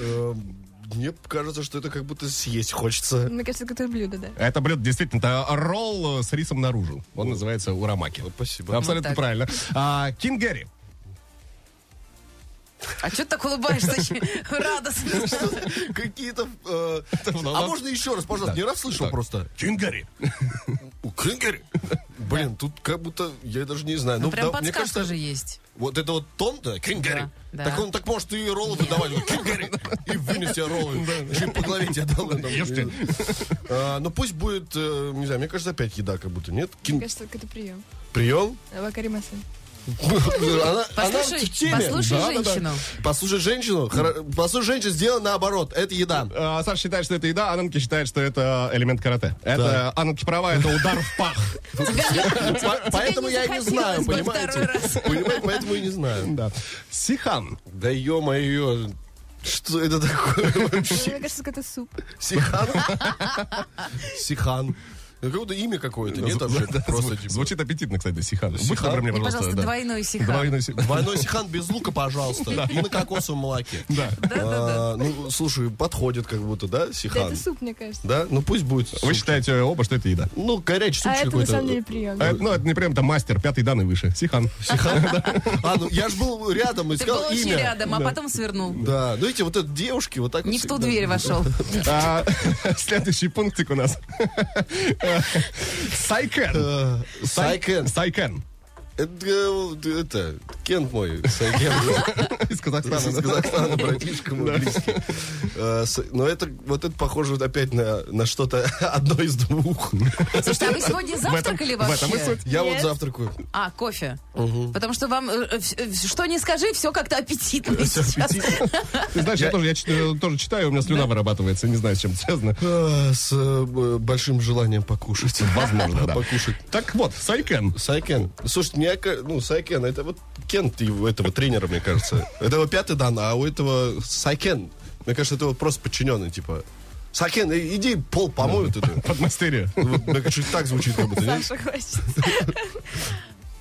K: Эм, Мне кажется, что это как будто съесть хочется.
D: Ну,
L: Мне кажется, это блюдо, да.
C: Это блюдо действительно это ролл э, с рисом наружу. Он называется урамаки.
K: Спасибо.
C: Абсолютно
D: Вот так.
C: правильно. А, кингери.
D: А что ты так улыбаешься? Радостно.
K: Какие-то... э, А можно еще раз, пожалуйста, не раз слышал просто.
C: Кингари.
K: У Крыгер? Блин, тут как будто, я даже не знаю.
D: Ну, прям
K: да, мне
D: подсказка
K: кажется,
D: же есть.
K: Вот это вот тон, да, Кингари.
D: Да,
K: Так
D: да.
K: он так может и роллы выдавать. вот, Кингари. И вынес тебе роллы. Еще и по голове тебе дал. там.
C: Ешьте.
K: А, Ну пусть будет, э, не знаю, мне кажется, опять еда как будто, нет?
L: Мне
K: Кин-
L: кажется, это прием.
K: Прием?
L: Вакаримасы.
K: Она она
D: Послушай-
K: в теме.
D: послушай
K: Да, да, да.
D: женщину.
K: Послушай женщину. хоро- Послушай женщину, сделай наоборот. Это еда.
C: А, Саша считает, что это еда, Ананки считает, что это элемент карате. Это Ананки права, это удар в пах.
K: По- Поэтому я и не знаю,
D: захотелось бы второй
K: понимаете?
D: раз.
K: Понимаете, поэтому и не знаю.
C: Да. Сихан.
K: Да ё-моё, что это такое вообще?
L: Мне кажется, это суп.
K: Сихан? Сихан. Ну, Какое-то имя какое-то, нет? вообще?
C: Да,
K: Просто
C: зву-
K: типа.
C: Звучит аппетитно, кстати, Сихан. Будь
K: Сихан?
C: добра мне,
D: И,
C: пожалуйста.
D: пожалуйста,
C: да.
D: двойной сихан.
C: Двойной сихан.
K: Двойной сихан без лука, пожалуйста. И на кокосовом молоке.
C: Да.
K: А, Ну, слушай, подходит как будто, да,
L: Да,
K: сихан?
L: это суп, мне кажется.
K: Да? Ну, пусть будет.
C: Вы
K: суп.
C: считаете оба, что это еда?
K: Ну, горячий
L: А
K: супчик
L: это на самом деле
K: какой-то.
L: прием.
C: А, Ну, это не прям там мастер, пятый дан и выше. Сихан.
K: Сихан? А, ну, я же был рядом и
D: Ты был
K: сказал
D: очень
K: имя.
D: рядом, а потом свернул.
K: Да, ну эти вот эти девушки вот так
D: Не
K: вот
D: в ту
K: всегда.
D: дверь вошел.
C: А, Следующий пунктик у нас. Э, Сайкен.
K: Э, Сайкен.
C: Сайкен.
K: Это, э, это, Кент мой, Сайкен.
C: Из
K: Из
C: Казахстана. да.
K: Казахстана, братишка мой близкий. Э, с- Но это, вот это похоже опять на, на что-то одно из двух.
D: Слушайте, а вы сегодня завтракали
C: в этом и
D: вообще?
C: суть.
K: Я вот
L: Нет.
K: завтракаю.
D: А, кофе. Потому что вам, э, э, вс- э, что не скажи, все как-то аппетитно
K: Всё,
D: сейчас.
K: аппетит.
C: Ты знаешь, я тоже, я чит- тоже читаю, у меня слюна вырабатывается, не знаю, с чем это связано.
K: Э, С э, большим желанием покушать.
C: Возможно, да.
K: Покушать.
C: Так вот, Сайкен.
K: Сайкен. Слушайте, мне, ка- ну, Сайкен, это вот Кент его- этого тренера, мне кажется. Этого пятый дан, а у этого Сайкен. Мне кажется, это вот просто подчиненный, типа. Сайкен, и- иди пол помой вот это.
C: Подмастерье.
K: Вот, мне кажется, так звучит как будто, нет?
L: Саша хватит.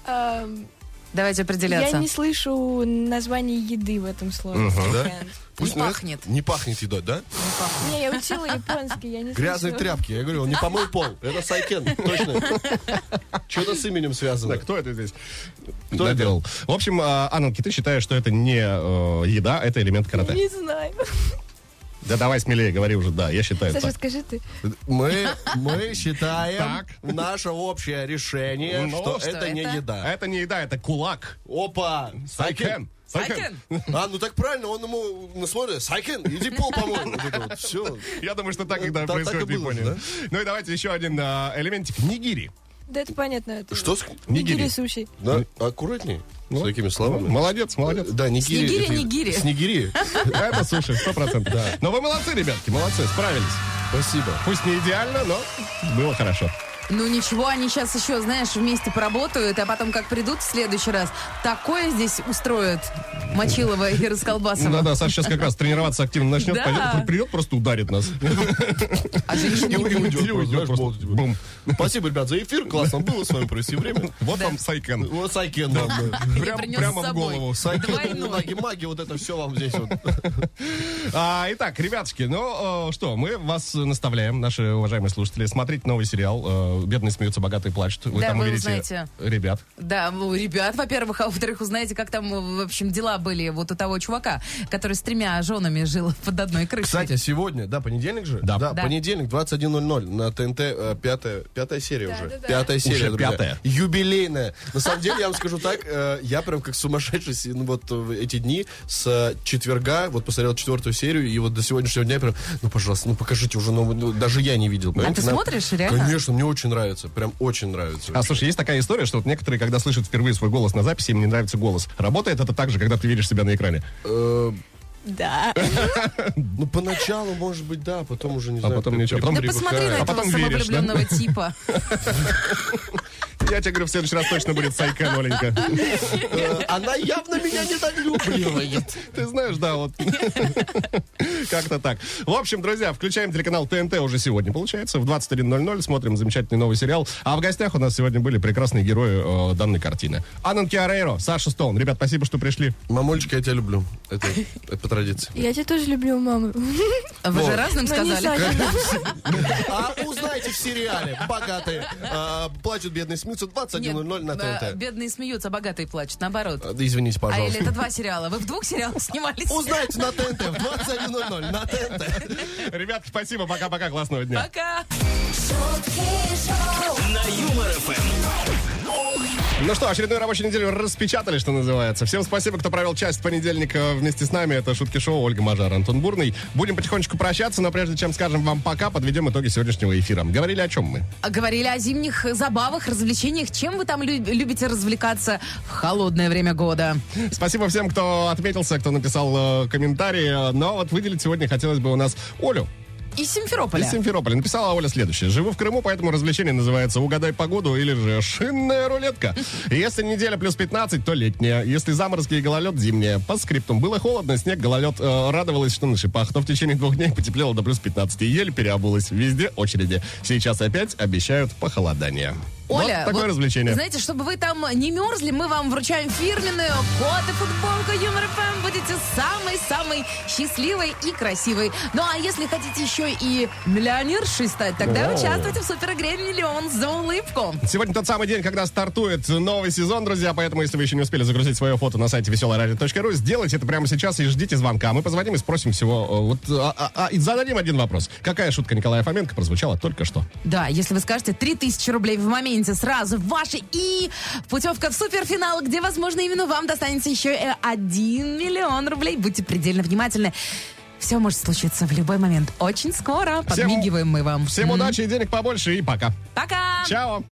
L: Эм,
D: Давайте
L: Я
D: определяться.
L: не слышу название еды в этом слове.
K: да? Пусть,
D: Не
K: наверное,
D: пахнет.
K: Не пахнет едой, да?
L: Не, я учила японский, я не
K: Грязные
L: слышу.
K: тряпки. Я говорю, он не помыл пол. Это Сайкен, точно. Что-то с именем связано.
C: Да, кто это здесь?
K: Кто
C: Наделал. В общем, а, Ананки, ты считаешь, что это не э, еда, это элемент карате.
L: Не знаю.
C: Да давай смелее, говори уже, да, я считаю
L: Саша,
C: так.
L: скажи ты.
K: Мы, мы считаем
C: Так.
K: наше общее решение,
C: Ну,
K: что,
C: что Э?
K: это, не
D: это?
K: еда.
C: Это не еда, это кулак.
K: Опа!
C: Сайкен.
D: Сайкен?
K: А, ну так правильно, он ему насмотрит. Сайкен, иди пол помой. Вот это вот, Все.
C: Я думаю, что так когда
K: Ну, Так- так и
C: происходит в
K: было же,
C: Японии. Ну и давайте еще один а, элементик. Нигири.
L: Да это понятно. Это
K: Что с...
L: Нигири суши.
K: Да, аккуратнее. С такими словами.
C: Молодец, молодец.
K: Да, нигири.
D: Снегири,
K: это-
D: нигири.
K: Снегири.
C: Это суши, сто процентов. Но вы молодцы, ребятки, молодцы, справились.
K: Спасибо.
C: Пусть не идеально, но было хорошо.
D: Ну ничего, они сейчас еще, знаешь, вместе поработают, а потом как придут в следующий раз, такое здесь устроят Мочилова и Расколбасова.
C: Ну Да, да, Саша сейчас как раз тренироваться активно начнет,
D: Да.
C: пойдет, придет, просто ударит нас.
D: А женщины
K: И у- и
D: будут.
K: уйдет
C: И уйдет Ну,
K: просто, знаешь,
C: просто.
K: молча.
C: Бум.
K: Спасибо, ребят, за эфир. Классно было с вами провести время.
C: Вот вам Сайкен.
K: Вот Сайкен вам. да.
D: Я
C: Прям,
D: принес
C: прямо
D: с
C: в
D: собой.
C: голову.
K: Сайкен,
D: Двойной.
K: маги, маги, вот это все вам здесь вот.
C: А, итак, ребятушки, ну э, что, мы вас наставляем, наши уважаемые слушатели, смотреть новый сериал э, «Бедные смеются, богатые плачут». Вы
D: Да,
C: там
D: вы
C: увидите
D: узнаете.
C: ребят.
D: Да, ну, ребят, во-первых, а во-вторых, узнаете, как там, в общем, дела были вот у того чувака, который с тремя женами жил под одной крышей.
K: Кстати, а сегодня, да, понедельник же?
C: Да.
K: Да,
D: Да.
K: понедельник, 21.00 на ТНТ, э, пятая, пятая серия
L: Да,
K: уже.
L: да, да.
K: Пятая серия, друзья.
C: пятая.
K: Юбилейная. На самом деле, я вам скажу так, э, я прям как сумасшедший си- ну, вот в эти дни с э, четверга, вот посмотрел четвертую серию, и вот до сегодняшнего дня прям, ну, пожалуйста, ну, покажите уже новую, ну, даже я не видел.
D: А
K: понимаете?
D: ты
K: Нам-
D: смотришь, реально?
K: Конечно, мне очень нравится, прям очень нравится.
C: А слушай, есть такая история, что вот некоторые, когда слышат впервые свой голос на записи, им не нравится голос. Работает это так же, когда ты видишь себя на экране.
K: Э,
L: Да.
K: ну, поначалу, может быть, да, потом уже
C: А
K: не знаю.
C: потом
K: при-
C: ничего.
K: при-
C: Потом
D: да
C: привыкаешь.
D: посмотри на
C: а
D: этого
C: потом веришь, да?
D: самовлюбленного типа.
C: Я тебе говорю, в следующий раз точно будет Сайкен, Оленька.
K: Э, Она явно меня недолюбливает.
C: Ты знаешь, да, вот. Как-то так. В общем, друзья, включаем телеканал ТНТ уже сегодня, получается. В 21.00 смотрим замечательный новый сериал. А в гостях у нас сегодня были прекрасные герои э, данной картины. Анан Киарейро, Саша Стоун. Ребят, спасибо, что пришли.
K: Мамулечка, я тебя люблю. Это, это по традиции.
L: Я тебя тоже люблю, мама.
D: Вы же разным
L: Но Ну, не
D: сказали.
L: Саша.
K: А узнайте в сериале «Богатые а, плачут, бедные смеются» 21.00 на
D: Нет, э,
K: ТНТ.
D: Бедные смеются, а богатые плачут, наоборот.
K: А, да Извините,
D: А или это
K: пожалуйста.
D: два сериала? Вы в двух сериалах снимались?
K: Узнайте на ТНТ в 21.00 на ТНТ.
C: Ребят, спасибо, пока-пока, классного дня.
D: Пока!
A: шутки шоу,
B: На Юмор ФМ.
C: Ну что, очередную рабочую неделю распечатали, что называется. Всем спасибо, кто провел часть понедельника вместе с нами. Это Шутки Шоу, Ольга Мажар, Антон Бурный. Будем потихонечку прощаться, но прежде чем скажем вам пока, подведем итоги сегодняшнего эфира. Говорили о чем мы?
D: А Говорили о зимних забавах, развлечениях. Чем вы там лю- любите развлекаться в холодное время года?
C: Спасибо всем, кто отметился, кто написал э, комментарии. Но вот выделить сегодня хотелось бы у нас Олю
D: Из Симферополя.
C: из Симферополя. Написала Оля следующее. Живу в Крыму, поэтому развлечение называется «Угадай погоду» или же «Шинная рулетка». Если неделя плюс 15, то летняя. Если заморозки и гололед, зимняя. По скриптам. Было холодно, снег, гололед. Э, радовалась, что на шипах. Но в течение двух дней потеплело до плюс 15. И еле переобулась. Везде очереди. Сейчас опять обещают похолодание.
D: Оля,
C: вот такое
D: вот,
C: развлечение.
D: Знаете, чтобы вы там не мерзли, мы вам вручаем фирменную кот и футболку Юмор ФМ. Будете самой-самой счастливой и красивой. Ну а если хотите еще и миллионершей стать, тогда участвуйте в супер игре «Миллион за улыбку».
C: Сегодня тот самый день, когда стартует новый сезон, друзья, поэтому, если вы еще не успели загрузить свое фото на сайте веселорадио.ру, сделайте это прямо сейчас и ждите звонка. Мы позвоним и спросим всего, э, вот, а, а- а, и зададим один вопрос. Какая шутка Николая Фоменко прозвучала только что?
D: Да, если вы скажете 3000 рублей в моменте сразу ваши и путевка в суперфинал, где, возможно, именно вам достанется еще э, 1 миллион рублей. Будьте предельно внимательны. Все может случиться в любой момент. Очень скоро.
C: Всем-
D: Подмигиваем мы вам.
C: Всем
D: М,
C: удачи и денег побольше, и пока.
D: Пока!
C: Чао!